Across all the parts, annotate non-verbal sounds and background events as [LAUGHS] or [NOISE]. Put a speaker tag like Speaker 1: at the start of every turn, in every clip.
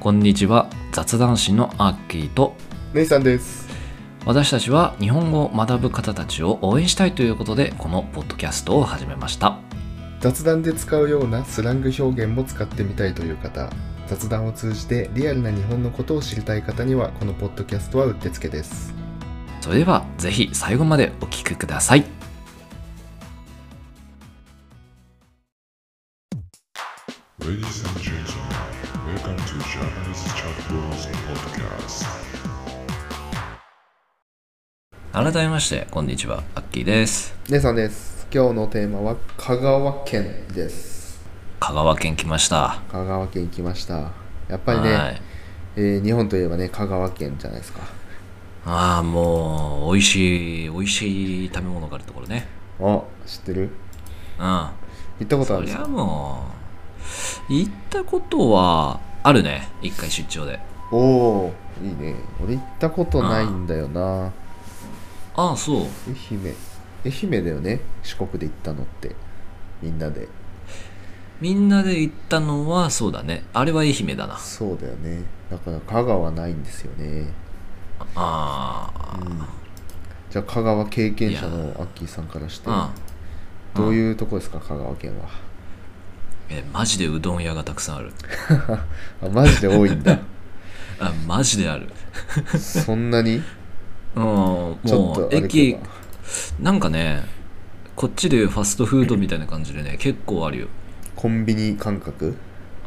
Speaker 1: こんにちは雑談師のアッキーと
Speaker 2: 姉さんです。
Speaker 1: 私たちは日本語を学ぶ方たちを応援したいということでこのポッドキャストを始めました
Speaker 2: 雑談で使うようなスラング表現も使ってみたいという方、雑談を通じてリアルな日本のことを知りたい方にはこのポッドキャストはうってつけです。
Speaker 1: それではぜひ最後までお聞きください改めましてこんにちはアッキーです
Speaker 2: 姉さんです。今日のテーマは香川県です。
Speaker 1: 香川県来ました
Speaker 2: 香川県来ました。やっぱり
Speaker 1: は
Speaker 2: ね、
Speaker 1: い
Speaker 2: えー日本といえばね、香川県じゃないですか。
Speaker 1: ああもう美味しい美味しい食べ物があるところね
Speaker 2: あ、知ってる
Speaker 1: うん
Speaker 2: 行ったことあ
Speaker 1: そ
Speaker 2: るんで
Speaker 1: り
Speaker 2: す
Speaker 1: ゃ
Speaker 2: か
Speaker 1: もう行ったことはあるね一回出張で
Speaker 2: おおーいいね。俺行ったことないんだよな。
Speaker 1: ああそう
Speaker 2: 愛媛愛媛だよね四国で行ったのってみんなで
Speaker 1: みんなで行ったのはそうだねあれは愛媛だな
Speaker 2: そうだよねだから香川ないんですよね
Speaker 1: ああ
Speaker 2: じゃあ香川経験者
Speaker 1: い
Speaker 2: の
Speaker 1: や
Speaker 2: アッキーさんからして
Speaker 1: うん
Speaker 2: どういうとこですか香川県は [LAUGHS]
Speaker 1: えマジでうどん屋がたくさんある
Speaker 2: あマジで多いんだ
Speaker 1: あマジである
Speaker 2: そんなに
Speaker 1: うんも
Speaker 2: ちょっと
Speaker 1: う
Speaker 2: あれ
Speaker 1: 駅
Speaker 2: けど
Speaker 1: なんかねこっちでいうファストフードみたいな感じでね結構あるよ
Speaker 2: コンビニ感覚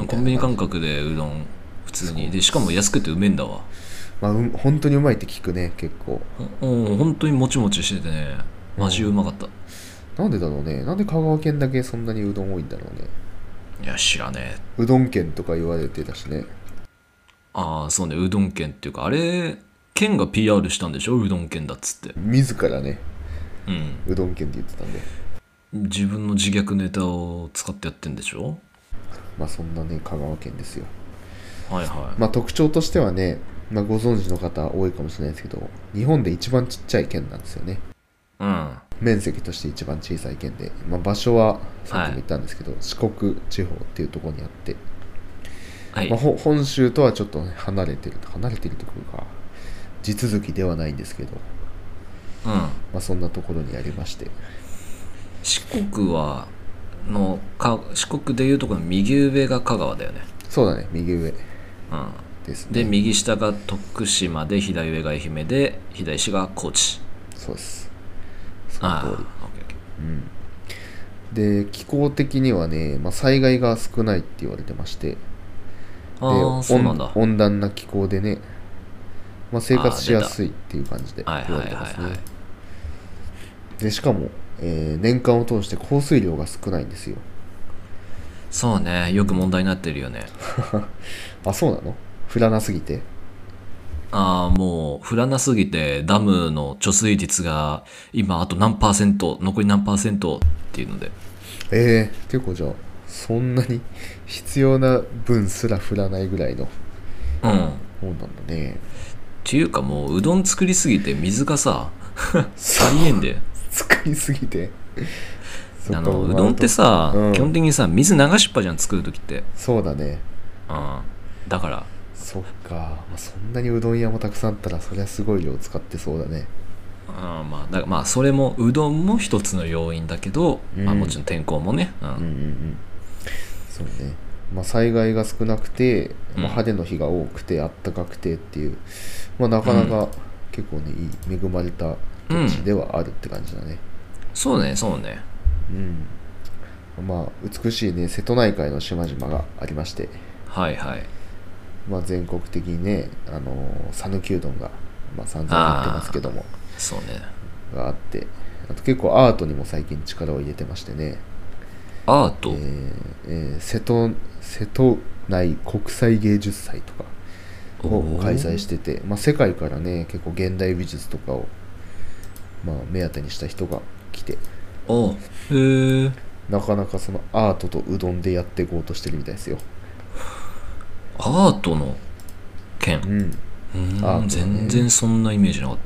Speaker 1: コンビニ感覚でうどん普通にでしかも安くてうめえんだわ
Speaker 2: まあ、うん本当にうまいって聞くね結構
Speaker 1: うん本当にもちもちしててねマジうまかった
Speaker 2: なんでだろうねなんで香川県だけそんなにうどん多いんだろうね
Speaker 1: いや知らねえ
Speaker 2: うどん県とか言われてたしね
Speaker 1: ああそうねうどん県っていうかあれ県が PR したんでしょうどん県だっつって
Speaker 2: 自らね
Speaker 1: うん
Speaker 2: うどん県って言ってたんで
Speaker 1: 自分の自虐ネタを使ってやってんでしょ
Speaker 2: まあそんなね香川県ですよ
Speaker 1: はいはい、
Speaker 2: まあ、特徴としてはね、まあ、ご存知の方多いかもしれないですけど日本で一番ちっちゃい県なんですよね
Speaker 1: うん
Speaker 2: 面積として一番小さい県で、まあ、場所はさっきも言ったんですけど、四国地方っていうところにあって、
Speaker 1: はい、
Speaker 2: まあ、ほ本州とはちょっとね、離れてる離れてるところか地続きではないんですけど、
Speaker 1: うん
Speaker 2: まあ、そんなところにありまして
Speaker 1: 四国はのか四国でいうとこの右上が香川だよね
Speaker 2: そうだね右上
Speaker 1: う
Speaker 2: です
Speaker 1: んで
Speaker 2: ね
Speaker 1: 右下が徳島で左上が愛媛で左下が高知
Speaker 2: そうですその
Speaker 1: ああ
Speaker 2: 通り
Speaker 1: オッケーオッケー
Speaker 2: うんで気候的にはね、まあ、災害が少ないって言われてまして
Speaker 1: ああ
Speaker 2: で
Speaker 1: そうなんだ
Speaker 2: 温温暖な気候でね、まあ、生活しやすいっていう感じで言
Speaker 1: は
Speaker 2: わ
Speaker 1: いはいは
Speaker 2: れ
Speaker 1: い
Speaker 2: てます
Speaker 1: はい
Speaker 2: ねでしかも、えー年間を通して降水量が少ないんですよ [LAUGHS]
Speaker 1: そうねよく問題になってるよね
Speaker 2: あそうなの降らなすぎて
Speaker 1: ああ、もう、降らなすぎて、ダムの貯水率が、今、あと何パーセント、残り何パーセントっていうので。
Speaker 2: えー、結構じゃあそんなに [LAUGHS] 必要な分すら降らないぐらいの
Speaker 1: うん。っ
Speaker 2: もんなんだね
Speaker 1: ていうかもう、うどん作りすぎて、水がさ、足りえんで。
Speaker 2: 作りす
Speaker 1: [LAUGHS]
Speaker 2: ぎて
Speaker 1: あの、うどんってさ、
Speaker 2: うん
Speaker 1: 基本的にさ、水流しっぱじゃん、作るときって。
Speaker 2: そうだね
Speaker 1: うん。だから、
Speaker 2: そっか、まあ、そんなにうどん屋もたくさんあったらそりゃすごい量使ってそうだね
Speaker 1: うん、まあ、だからまあ、それも、うどんも一つの要因だけど、まあ、
Speaker 2: うん
Speaker 1: もちろん天候もね。う
Speaker 2: うんうん
Speaker 1: ん。
Speaker 2: うんそうね、まあ、災害が少なくて、
Speaker 1: うん
Speaker 2: まあ、晴れの日が多くてあったかくてっていう、まあ、なかなか結構ねいい恵まれた土地ではあるって感じだね
Speaker 1: そうね、そうね。
Speaker 2: うん、まあ美しいね瀬戸内海の島々がありまして、
Speaker 1: はいはい。
Speaker 2: まあ、全国的にねあのー讃岐うどんが、まあ、散々売ってますけども
Speaker 1: そうね。
Speaker 2: があってあと結構アートにも最近力を入れてましてね
Speaker 1: アート。
Speaker 2: えーえー瀬戸瀬戸内国際芸術祭とかを開催してて、まあ、世界からね結構現代美術とかを、まあ、目当てにした人が来て
Speaker 1: おうへえ。
Speaker 2: なかなかそのアートとうどんでやっていこうとしてるみたいですよ、
Speaker 1: アートの
Speaker 2: う
Speaker 1: 剣
Speaker 2: ん、
Speaker 1: うーん
Speaker 2: アートね
Speaker 1: 全然そんなイメージなかっ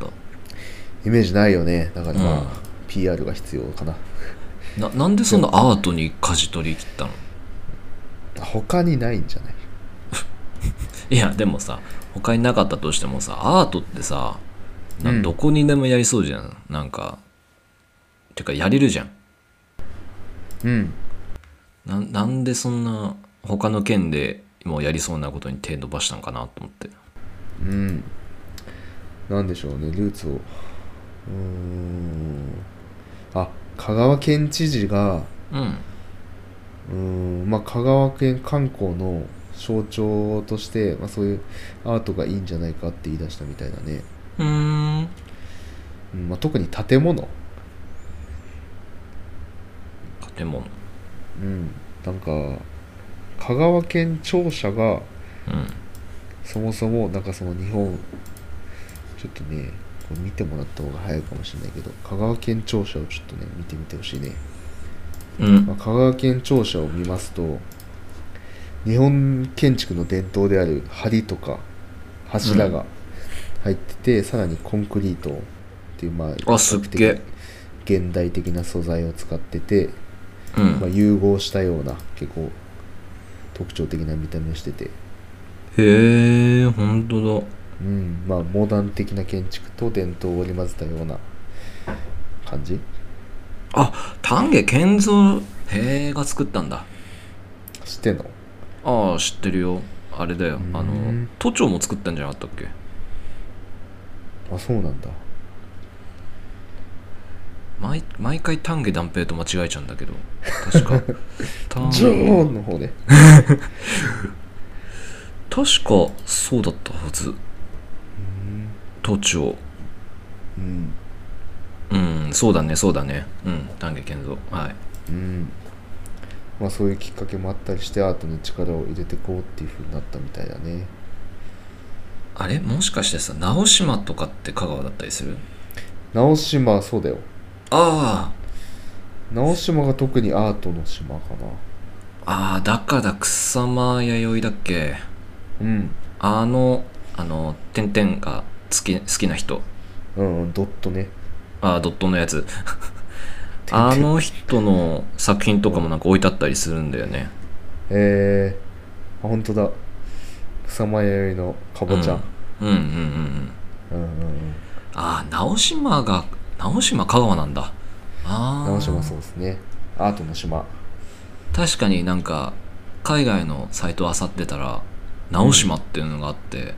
Speaker 2: イメージないよねだからまあ、
Speaker 1: うん
Speaker 2: PR が必要かな
Speaker 1: たななんでそんなアートに舵取り切ったの
Speaker 2: 他にないんじゃない
Speaker 1: いやでもさ他になかったとしてもさアートってさな
Speaker 2: うん
Speaker 1: どこにでもやりそうじゃん、なんかてかやれるじゃん
Speaker 2: うん
Speaker 1: ななんでそんな他の県でもうやりそうなことに手伸ばしたんかなと思って
Speaker 2: うんなんでしょうねルーツをうーんあ香川県知事が
Speaker 1: うん
Speaker 2: うーんまあ香川県観光の象徴として、まあ、そういうアートがいいんじゃないかって言い出したみたいだね、
Speaker 1: うーん
Speaker 2: うんまあ、特に建物
Speaker 1: 建物
Speaker 2: うんなんか香川県庁舎が
Speaker 1: うん
Speaker 2: そもそもなんかその日本ちょっとねこれ見てもらった方が早いかもしれないけど香川県庁舎をちょっとね見てみてほしいね、
Speaker 1: うん
Speaker 2: まあ、香川県庁舎を見ますと日本建築の伝統である梁とか柱が入ってて、さらにコンクリートっていうまあ比
Speaker 1: あすっ
Speaker 2: 較
Speaker 1: げ
Speaker 2: 的現代的な素材を使ってて、
Speaker 1: う
Speaker 2: まあ、
Speaker 1: ん
Speaker 2: 融合したような結構特徴的な見た目をしてて
Speaker 1: へえほんと
Speaker 2: うんまあモダン的な建築と伝統を織り交ぜたような感じ
Speaker 1: だあ丹下健三へえが作ったんだ
Speaker 2: してんの
Speaker 1: ああ知ってるよあれだよあ
Speaker 2: う
Speaker 1: の
Speaker 2: ん
Speaker 1: 都庁も作ったんじゃなかったっけ
Speaker 2: あそうなんだ
Speaker 1: 毎毎回丹下断平と間違えちゃうんだけど確か
Speaker 2: [LAUGHS]
Speaker 1: 丹
Speaker 2: ジョーンの方で
Speaker 1: 確かそうだったはず都庁
Speaker 2: うん
Speaker 1: うんそうだねそうだねうん丹下健三はい
Speaker 2: うんまあそういうきっかけもあったりしてアートに力を入れてこうっていう風になったみたいだね
Speaker 1: あれもしかしてさ直島とかって香川だったりする
Speaker 2: 直島はそうだよ
Speaker 1: あ
Speaker 2: 直島が特にアートの島かな
Speaker 1: あああだから草間弥生だっけ
Speaker 2: うん
Speaker 1: あのあの点々が好き好きな人
Speaker 2: うんうんドットね
Speaker 1: ああドットのや
Speaker 2: [LAUGHS]
Speaker 1: つあの人の作品とかもなんか置いてあったりするんだよね
Speaker 2: えー、あ本当だ草間彌生のかぼちゃ、
Speaker 1: うん、うんうんうんうん
Speaker 2: うん、うんうんうん
Speaker 1: ああ直島が直島香川なんだああ
Speaker 2: 直島そうですねアートの島
Speaker 1: 確かになんか海外のサイトあさってたら直島っていうのがあって、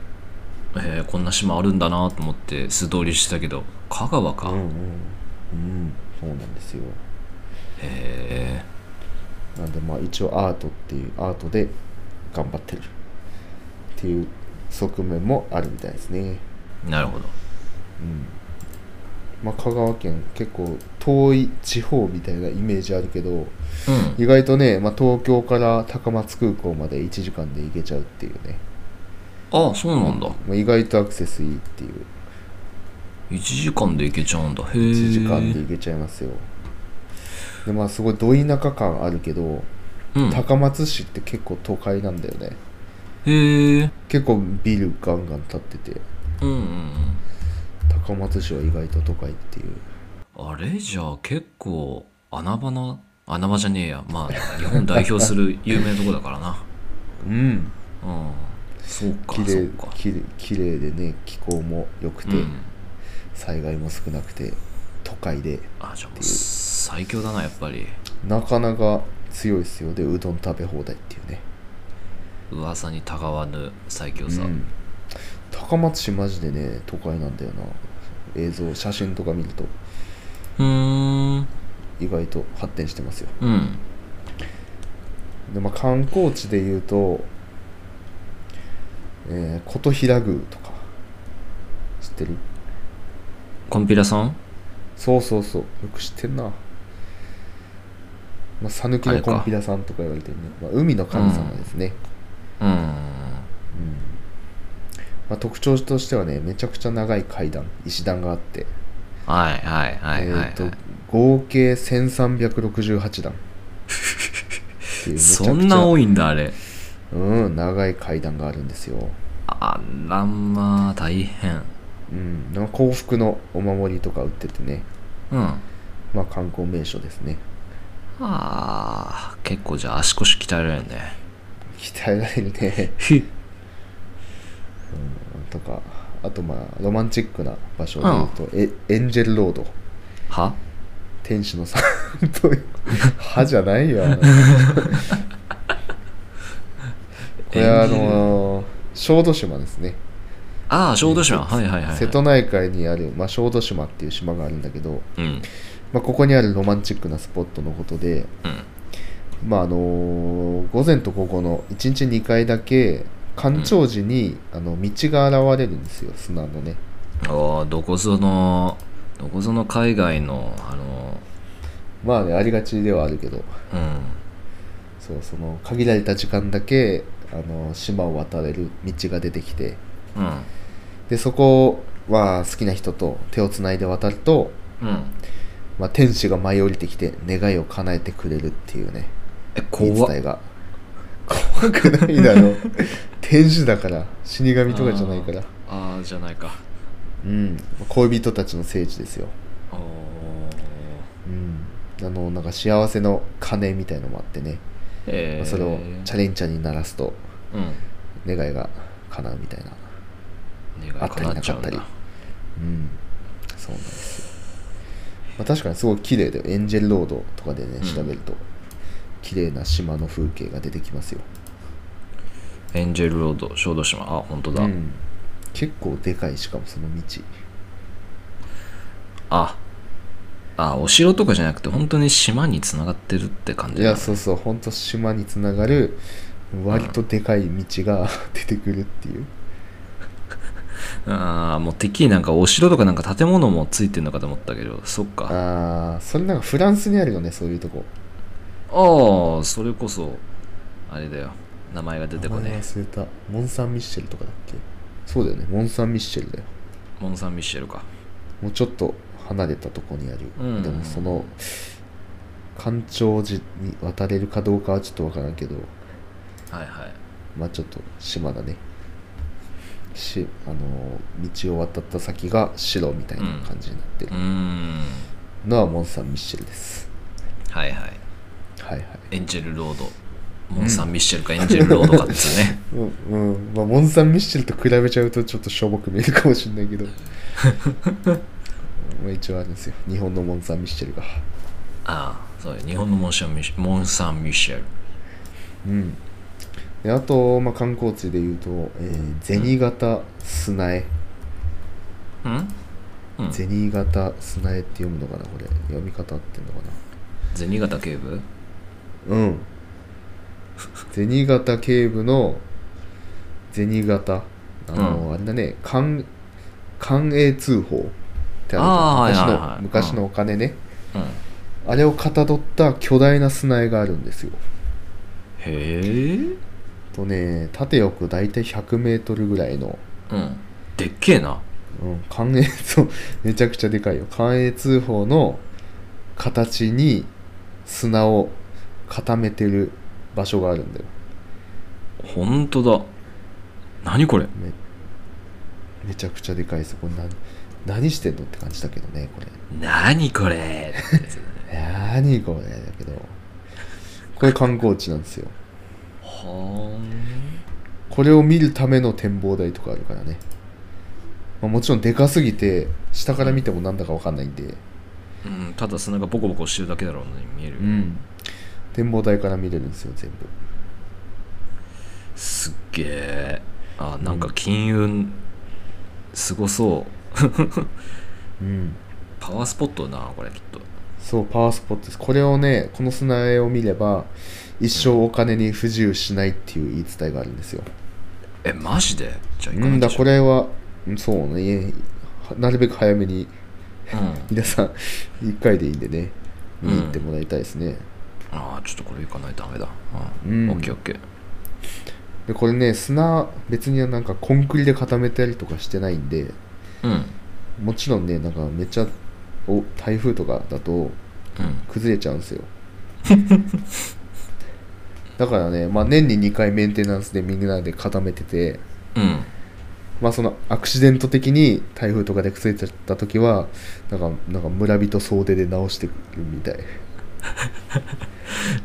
Speaker 1: えーこんな島あるんだなと思って素通りしてたけど香川か、
Speaker 2: うん
Speaker 1: へ
Speaker 2: うんうんそうなんですよ
Speaker 1: え
Speaker 2: なんでまあ一応アートっていうアートで頑張ってるっていう側面もあるみたいですね
Speaker 1: なるほど
Speaker 2: うんまあ香川県結構遠い地方みたいなイメージあるけど
Speaker 1: うん
Speaker 2: 意外とね、まあ、東京から高松空港まで1時間で行けちゃうっていうね、
Speaker 1: ああそうなんだ
Speaker 2: まあ、意外とアクセスいいっていう
Speaker 1: 1時間で行けちゃうんだへえ
Speaker 2: 1時間で行けちゃいますよでまあすごいど田舎感あるけど
Speaker 1: うん
Speaker 2: 高松市って結構都会なんだよね
Speaker 1: へえ
Speaker 2: 結構ビルガンガン建ってて
Speaker 1: うんうんうん
Speaker 2: 高松市は意外と都会っていう
Speaker 1: あれじゃあ結構穴場な穴場じゃねえやまあ日本代表する有名なとこだからな
Speaker 2: うん
Speaker 1: うんそうか
Speaker 2: 綺
Speaker 1: そう
Speaker 2: 麗
Speaker 1: か
Speaker 2: 綺麗綺麗でね気候も良くて、
Speaker 1: うん
Speaker 2: 災害も少なくて都会で
Speaker 1: あじゃあもう最強だなやっぱり
Speaker 2: なかなか強いですよでうどん食べ放題っていうね、
Speaker 1: 噂にたがわぬ最強
Speaker 2: う
Speaker 1: さ、
Speaker 2: ん、高松市マジでね都会なんだよな映像写真とか見ると
Speaker 1: うーん
Speaker 2: 意外と発展してますよ
Speaker 1: うん
Speaker 2: で、まあ、観光地で言うと、えー、琴平宮とか知ってる
Speaker 1: コンピラさん
Speaker 2: そうそうそうよく知ってんなまあ讃岐、
Speaker 1: あ
Speaker 2: の
Speaker 1: れか
Speaker 2: コンピラさんとか言われてるね、まあ、海の神様ですね、
Speaker 1: うーん
Speaker 2: うんまあ、特徴としてはねめちゃくちゃ長い階段石段があって、
Speaker 1: はいはいはいはい、はい
Speaker 2: えーと合計1368
Speaker 1: [LAUGHS]
Speaker 2: 段っていうめちゃくち
Speaker 1: そ
Speaker 2: ゃ
Speaker 1: んな多いんだあれ
Speaker 2: うん、長い階段があるんですよ、
Speaker 1: あらまあ大変
Speaker 2: うん、なんか幸福のお守りとか売っててね、
Speaker 1: うんあ
Speaker 2: まあ、観光名所ですね
Speaker 1: あー結構じゃあ足腰鍛えられるね
Speaker 2: 鍛えられるね
Speaker 1: ふっ
Speaker 2: かあとまあロマンチックな場所で言うと、えエンジェルロード
Speaker 1: は
Speaker 2: 天使の散
Speaker 1: [LAUGHS]
Speaker 2: 歩歯じゃないよこれはあのー小豆島ですね
Speaker 1: ああ、小豆島。はいはいはいはい。
Speaker 2: 瀬戸内海にある、まあ、小豆島っていう島があるんだけど、
Speaker 1: うん。うん。
Speaker 2: まあ、ここにあるロマンチックなスポットのことで、まああのー午前と午後の1日2回だけ干潮時に、あの道が現れるんですよ砂のね
Speaker 1: ああ、どこぞの、どこぞの海外の、あの、
Speaker 2: まあねありがちではあるけど
Speaker 1: うん。
Speaker 2: そうその限られた時間だけあの島を渡れる道が出てきて
Speaker 1: うん。
Speaker 2: でそこは好きな人と手をつないで渡ると、
Speaker 1: うん。
Speaker 2: まあ、天使が舞い降りてきて願いを叶えてくれるっていうね
Speaker 1: え、
Speaker 2: 言い
Speaker 1: 怖っ
Speaker 2: 伝えが怖くないだ
Speaker 1: [LAUGHS]
Speaker 2: ろ天使だから死神とかじゃないから
Speaker 1: ああ、じゃないか。
Speaker 2: うん恋人たちの聖地ですよ
Speaker 1: おー
Speaker 2: うんあのなんか幸せの鐘みたいのもあってね、
Speaker 1: えー、
Speaker 2: それをチャレンチャーに鳴らすと
Speaker 1: うん。
Speaker 2: 願いが叶うみたいな
Speaker 1: 願い叶っちゃうん
Speaker 2: あったりな
Speaker 1: だ
Speaker 2: か。うんそうなんですよ、まあ、確かにすごい綺麗でエンジェルロードとかでね
Speaker 1: うん
Speaker 2: 調べると、綺麗な島の風景が出てきますよ、
Speaker 1: エンジェルロード、小豆島。あ、本当だ。
Speaker 2: うん、結構でかいしかもその道
Speaker 1: あ、あ、お城とかじゃなくて、本当に島につながってるって感
Speaker 2: い
Speaker 1: じだ
Speaker 2: やそうそうほんと島につながる割とでかい道が [LAUGHS] 出てくるっていう
Speaker 1: ああ、もうてっきりなんかお城とかなんか建物もついてるのかと思ったけど、そっか。
Speaker 2: ああそれなんかフランスにあるよねそういうとこ
Speaker 1: ああそれこそあれだよ名前が出てこ
Speaker 2: 名前
Speaker 1: ね
Speaker 2: 忘れたモン・サン・ミッシェルとかだっけそうだよねモン・サン・ミッシェルだよ
Speaker 1: えモン・サン・ミッシェルか
Speaker 2: もうちょっと離れたとこにある、
Speaker 1: うん
Speaker 2: でもその干潮時に渡れるかどうかはちょっとわからんけど
Speaker 1: はいはい
Speaker 2: まあちょっと島だねしあのー道を渡った先が白みたいな感じになって
Speaker 1: うー
Speaker 2: る
Speaker 1: ん
Speaker 2: のはモン・サン・ミッシェルです、
Speaker 1: はいはい
Speaker 2: はいはい
Speaker 1: エンジェル・ロードモン・サン・ミッシェルかエンジェル・ロードかっつう [LAUGHS] ね
Speaker 2: うん、うん、まあ、モン・サン・ミッシェルと比べちゃうとちょっとしょぼく見えるかもしれないけ
Speaker 1: [LAUGHS]
Speaker 2: どまあ一応あるんですよ日本のモン・サン・ミッシェルが
Speaker 1: ああそうよ日本のモン・サン・ミッシェルモン・サン・ミッシェル
Speaker 2: うんであと、まあ、観光地でいうと、えー、銭形砂絵
Speaker 1: うんうん
Speaker 2: 銭形砂絵って読むのかなこれ読み方合ってんのか
Speaker 1: 銭形警部
Speaker 2: なうん銭形警部の銭形あの、
Speaker 1: う
Speaker 2: あれだね官官営通報ってあるじゃん
Speaker 1: あーはいはいはいうん
Speaker 2: 昔の昔のお金ね、
Speaker 1: うん
Speaker 2: あれをかたどった巨大な砂絵があるんですよ。
Speaker 1: へえ
Speaker 2: とね、縦横大体100メートルぐらいの、
Speaker 1: うんでっけえな
Speaker 2: うん、関越、そう、めちゃくちゃでかいよ。関越通報の形に砂を固めてる場所があるんだよ。
Speaker 1: ほんとだ何これ
Speaker 2: めめちゃくちゃでかいです。これ何何してんのって感じだけどね、これ。
Speaker 1: 何これってやつだね
Speaker 2: 何これだけど。これ観光地なんですよ。
Speaker 1: ほーん
Speaker 2: これを見るための展望台とかあるからね、まあ、もちろんでかすぎて下から見てもなんだかわかんないんで、
Speaker 1: うん、ただ砂がボコボコしてるだけだろうね見える、
Speaker 2: うん展望台から見れるんですよ全部
Speaker 1: すっげえあなんか金運すごそう [LAUGHS]
Speaker 2: うん
Speaker 1: パワースポットだなこれきっと
Speaker 2: そうパワースポットですこれをねこの砂絵を見れば一生お金に不自由しないっていう言い伝えがあるんですよ、
Speaker 1: えマジでじゃあ行
Speaker 2: う
Speaker 1: かない
Speaker 2: ん
Speaker 1: と
Speaker 2: だこれはうんそうねなるべく早めに
Speaker 1: うん
Speaker 2: 皆さん1回でいいんでね見に行ってもらいたいですね、
Speaker 1: ああちょっとこれ行かないとダメだう
Speaker 2: うんん
Speaker 1: オッケーオッケー
Speaker 2: でこれね砂別になんかコンクリで固めたりとかしてないんで、
Speaker 1: うんうん
Speaker 2: もちろんねなんかめっちゃお台風とかだと崩れちゃうんです [LAUGHS] よだからね、まあ、年に2回メンテナンスでみんなで固めてて、
Speaker 1: うん
Speaker 2: まあ、そのアクシデント的に台風とかで崩れちゃった時はなんかなんか村人総出で直してくるみたい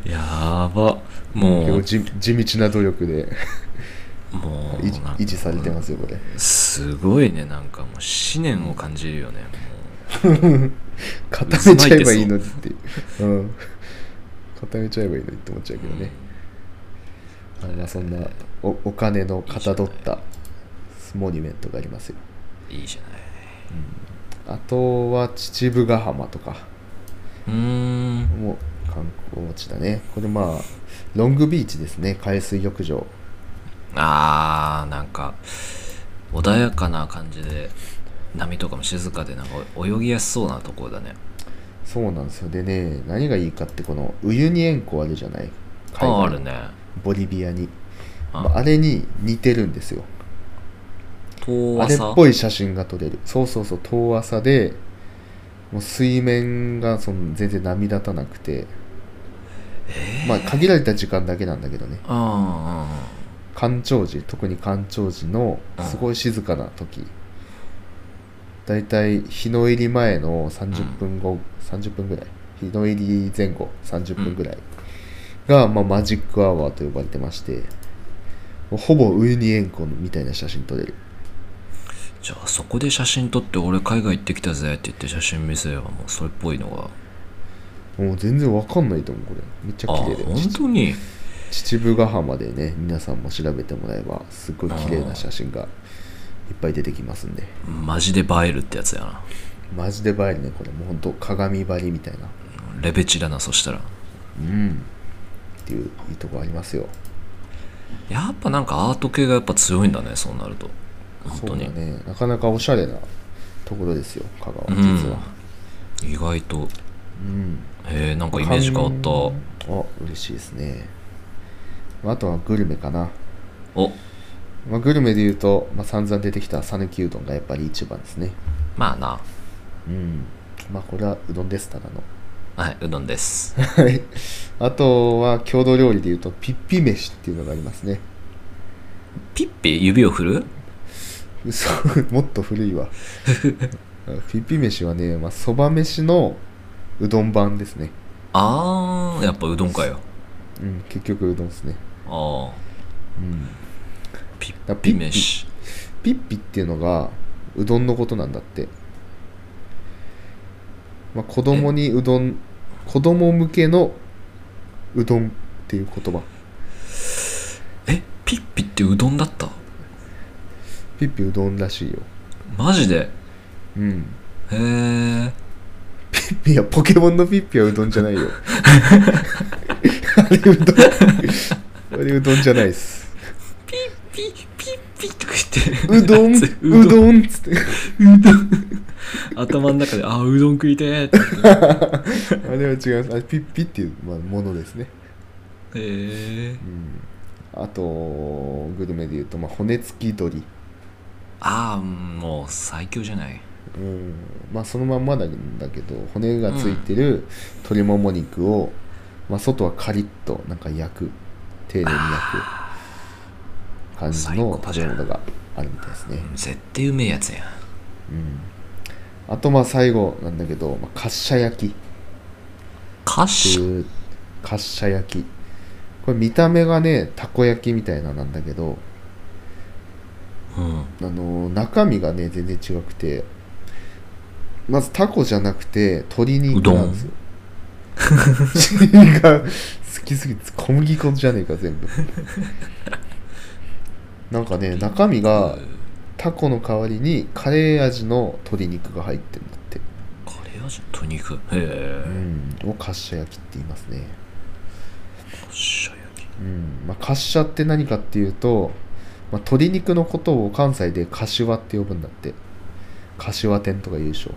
Speaker 1: やばもう
Speaker 2: 結構地地道な努力で
Speaker 1: もう
Speaker 2: 維持
Speaker 1: なんか
Speaker 2: 維持されてますよこれ
Speaker 1: すごいねなんかもう思念を感じるよねも
Speaker 2: 固めちゃえばいいのにってう、ん、固めちゃえばいいのにって思っちゃうけど
Speaker 1: う、
Speaker 2: ね、あまあそんなおお金のかたどったモニュメントがありますよ
Speaker 1: いいじゃない
Speaker 2: あとは秩父ヶ浜とか
Speaker 1: うーん
Speaker 2: も観光地だねこれまあロングビーチですね海水浴場
Speaker 1: あーなんか穏やかな感じで波とかも静かでなんか泳ぎやすそうなところだね
Speaker 2: そうなんですよでね何がいいかってこのウユニ塩湖あるじゃない
Speaker 1: あーあるね
Speaker 2: ボリビアに
Speaker 1: あ
Speaker 2: まああれに似てるんですよ
Speaker 1: 遠
Speaker 2: あれっ
Speaker 1: 浅
Speaker 2: ぽい写真が撮れるそうそうそう遠浅でもう水面がその全然波立たなくて、まあ限られた時間だけなんだけどね
Speaker 1: うんうんうん
Speaker 2: 干潮時特に干潮時の
Speaker 1: うん
Speaker 2: すごい静かな時だいたい日の入り前の30分後、30分ぐらい日の入り前後30分ぐらいが、まあ、マジックアワーと呼ばれてましてもうほぼウユニ塩湖みたいな写真撮れる
Speaker 1: じゃあそこで写真撮って俺海外行ってきたぜって言って写真見せればもうそれっぽいのが
Speaker 2: もう全然わかんないと思うこれめっちゃ
Speaker 1: ああ
Speaker 2: 綺麗で
Speaker 1: 本当に
Speaker 2: 秩父ヶ浜でね皆さんも調べてもらえばすごい綺麗な写真がいっぱい出てきますんで
Speaker 1: マジで映えるってやつやな
Speaker 2: マジで映えるねこれもうほんと鏡張りみたいな
Speaker 1: レベチだなそしたら
Speaker 2: うんっていういいとこありますよ
Speaker 1: やっぱなんかアート系がやっぱ強いんだねそうなると本
Speaker 2: そ
Speaker 1: 当
Speaker 2: う
Speaker 1: に、
Speaker 2: だねなかなかおしゃれなところですよ香川
Speaker 1: うん
Speaker 2: 実は
Speaker 1: 意外と
Speaker 2: うん
Speaker 1: へえなんかイメージ変わった
Speaker 2: あ嬉しいですねまああとはグルメかな、
Speaker 1: お
Speaker 2: まあ、グルメで言うと、まあ、散々出てきた讃岐うどんがやっぱり一番ですね
Speaker 1: まあな
Speaker 2: うんまあこれはうどんですただの
Speaker 1: はいうどんです [LAUGHS]
Speaker 2: はい。あとは郷土料理でいうとピッピ飯っていうのがありますね。
Speaker 1: ピッピ指を振る
Speaker 2: 嘘 [LAUGHS] もっと古い [LAUGHS] わ。ピッピ飯はね、まあそば飯のうどん版ですね。
Speaker 1: あーやっぱうどんかよ
Speaker 2: うん、結局うどんですね。
Speaker 1: あ
Speaker 2: うん。
Speaker 1: あピッピ飯
Speaker 2: ピッピっていうのがうどんのことなんだって。まあ子供にうどん、子供向けのうどんっていう言葉。
Speaker 1: えピッピってうどんだった
Speaker 2: ピッピうどんらしいよ。
Speaker 1: マジで
Speaker 2: うん。
Speaker 1: へえ
Speaker 2: いや、ポケモンのピッピはうどんじゃない [LAUGHS] よ。あれうどん、あれうどんじゃないです。
Speaker 1: ピッピッピッとか言って
Speaker 2: うど
Speaker 1: [LAUGHS]
Speaker 2: ん、
Speaker 1: うどん
Speaker 2: うどんっつって。
Speaker 1: 頭の中で「あーうどん食いてー」って
Speaker 2: あれは違う。あれピッピっていう、まあ、ものですね。
Speaker 1: へえ
Speaker 2: うん。あと、グルメで言うと、まあ、骨付き鳥。
Speaker 1: ああもう最強じゃない
Speaker 2: うん。まあ、そのまんまなんだけど、骨がついてる鶏もも肉を、まあ、外はカリッと、なんか焼く。丁寧に焼く感じ
Speaker 1: 最
Speaker 2: の
Speaker 1: 高
Speaker 2: 食
Speaker 1: じ
Speaker 2: べ
Speaker 1: ゃん
Speaker 2: 物があるみたいですね。
Speaker 1: 絶対うめえやつやん
Speaker 2: うんあとまあ最後なんだけど、まあ、カッシャ焼きっ
Speaker 1: 歌
Speaker 2: て
Speaker 1: 詞
Speaker 2: いうカッシャ焼きこれ見た目がねたこ焼きみたいななんだけど、
Speaker 1: うん
Speaker 2: あのー中身がね全然違くてまずタコじゃなくて鶏肉なんですよ [LAUGHS] 違う好きすぎて小麦粉じゃねえか全部なんかね中身がタコの代わりにカレー味の鶏肉が入ってるんだって
Speaker 1: カレー味の鶏肉へ
Speaker 2: う
Speaker 1: え
Speaker 2: ん、を滑車焼きって言いますね、
Speaker 1: カッシャ焼き
Speaker 2: うんまあ、滑車って何かっていうと、まあ、鶏肉のことを関西で柏って呼ぶんだって柏店とか言うでしょ、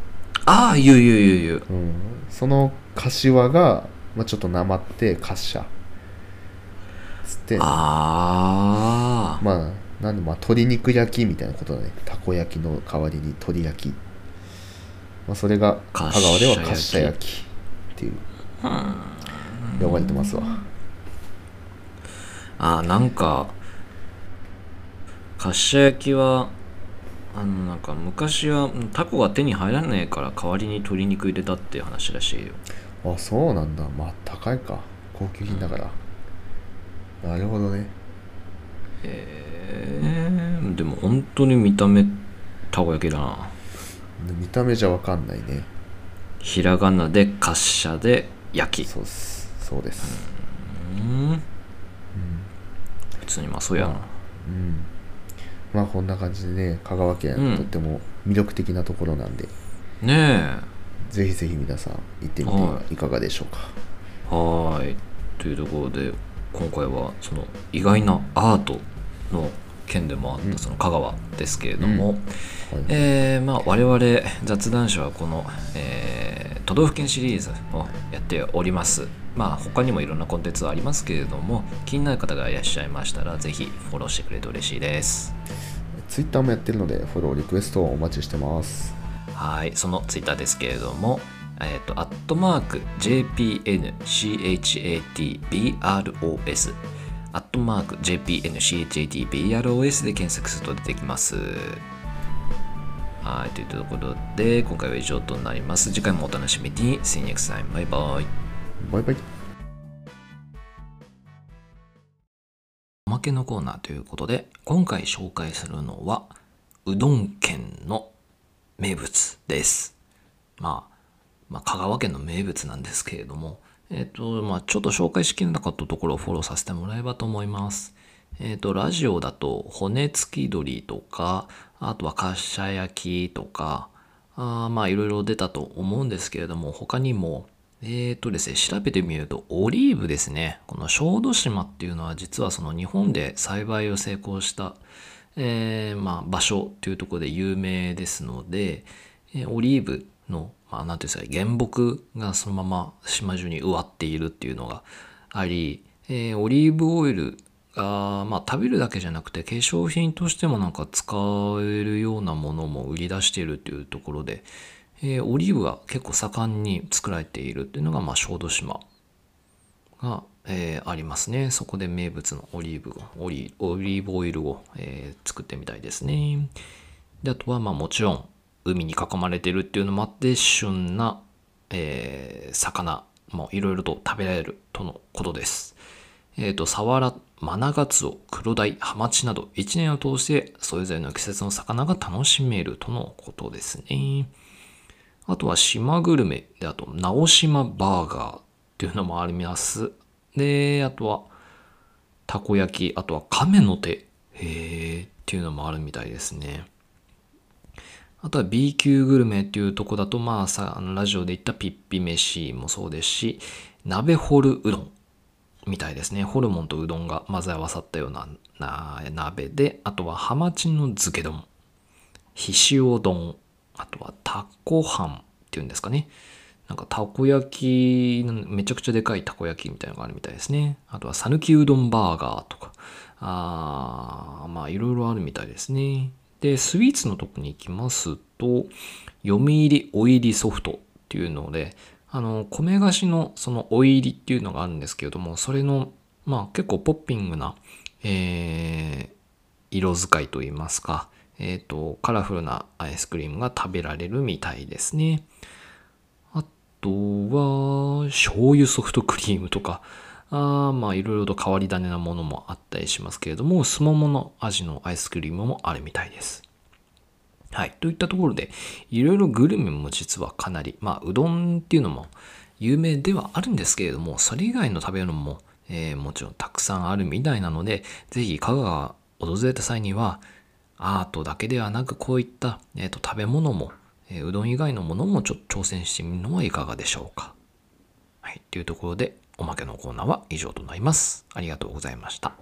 Speaker 1: ああ言う言う言う言う
Speaker 2: うん、その柏が、まあ、ちょっとなまって滑車つって
Speaker 1: ああ
Speaker 2: まあなんでまあ鶏肉焼きみたいなことだねたこ焼きの代わりに鶏焼き、まあ、それが香川では滑車焼きっていう呼ばれてますわ
Speaker 1: あーなんかカッシャ焼きはあのなんか昔はうんタコが手に入らねえから代わりに鶏肉入れたっていう話らしいよ
Speaker 2: あそうなんだまあ高いか高級品だから、なるほどね
Speaker 1: へえでも本当に見た目たこ焼きだな
Speaker 2: 見た目じゃわかんないね
Speaker 1: ひらがなで滑車で焼き
Speaker 2: そうっすそうです
Speaker 1: うん
Speaker 2: うん
Speaker 1: 普通にまあそうやな、
Speaker 2: うんまあこんな感じでね香川県、
Speaker 1: うん
Speaker 2: とっても魅力的なところなんで
Speaker 1: ね
Speaker 2: ぜひぜひ皆さん行ってみてはいかがでしょうか
Speaker 1: えはーいというところで今回はその意外なアートの件でもあっ
Speaker 2: うん
Speaker 1: たその香川ですけれども、
Speaker 2: はい
Speaker 1: えーまあ、我々雑談社はこの、えー都道府県シリーズをやっております。まあ、他にもいろんなコンテンツはありますけれども気になる方がいらっしゃいましたらぜひフォローしてくれると嬉しいです。
Speaker 2: ツイッターもやってるのでフォローリクエストをお待ちしてます
Speaker 1: はい、そのツイッターですけれども、えっ、と、アットマーク JPNCHATBROS、アットマーク JPNCHATBROS で検索すると出てきます。はい、というところで、今回は以上となります。次回もお楽しみに。See you next time. バイバイ。
Speaker 2: バイバイ
Speaker 1: おまけのコーナーということで、今回紹介するのは、うどん県の名物です。まあ、まあ、香川県の名物なんですけれども、えっ、と、まあ、ちょっと紹介しきれなかったところをフォローさせてもらえればと思います。えっ、と、ラジオだと、骨付き鶏とか、あとは滑車焼きとか、あーまあ、いろいろ出たと思うんですけれども、他にも、えっ、とですね、調べてみると、オリーブですね。この小豆島っていうのは、実はその日本で栽培を成功した、えーまあ、場所というところで有名ですので、えーオリーブの、まあ、なんていうんですかね、原木がそのまま島中に植わっているっていうのがあり、えーオリーブオイルが、まあ、食べるだけじゃなくて化粧品としてもなんか使えるようなものも売り出しているっていうところで、えーオリーブが結構盛んに作られているっていうのが、まあ、小豆島が、えーありますね。そこで名物のオリーブをオリオリーブオイルを、えー作ってみたいですね。であとはまあもちろん海に囲まれてるっていうのもあって旬な、えー魚もいろいろと食べられるとのことです。えっ、と、サワラ、マナガツオ、クロダイ、ハマチなど一年を通してそれぞれの季節の魚が楽しめるとのことですね。あとは島グルメで、あと、直島バーガーっていうのもあります。で、あとは、たこ焼き、あとは亀の手、へーっていうのもあるみたいですね。あとは B 級グルメっていうとこだと、まあさ、あのラジオで言ったピッピ飯もそうですし、鍋ホルうどんみたいですね。ホルモンとうどんが混ぜ合わさったようなな鍋で、あとはハマチの漬け丼。ひしお丼、あとはたこ飯っていうんですかね。なんかたこ焼き、めちゃくちゃでかいたこ焼きみたいなのがあるみたいですね。あとはさぬきうどんバーガーとか、あーまあいろいろあるみたいですね。で、スイーツのとこに行きますと、読み入りお入りソフトっていうので、あの、米菓子のそのお入りっていうのがあるんですけれども、それの、まあ結構ポッピングな、えー、色使いといいますか、えっ、と、カラフルなアイスクリームが食べられるみたいですね。あとは、醤油ソフトクリームとか、あーまあ、いろいろと変わり種なものもあったりしますけれども、すももの味のアイスクリームもあるみたいです。はい。といったところで、いろいろグルメも実はかなり、まあ、うどんっていうのも有名ではあるんですけれども、それ以外の食べ物も、えーもちろんたくさんあるみたいなので、ぜひ香川を訪れた際には、アートだけではなく、こういった、えーと食べ物も、えーうどん以外のものもちょ挑戦してみるのはいかがでしょうか。はい。というところで、おまけのコーナーは以上となります。ありがとうございました。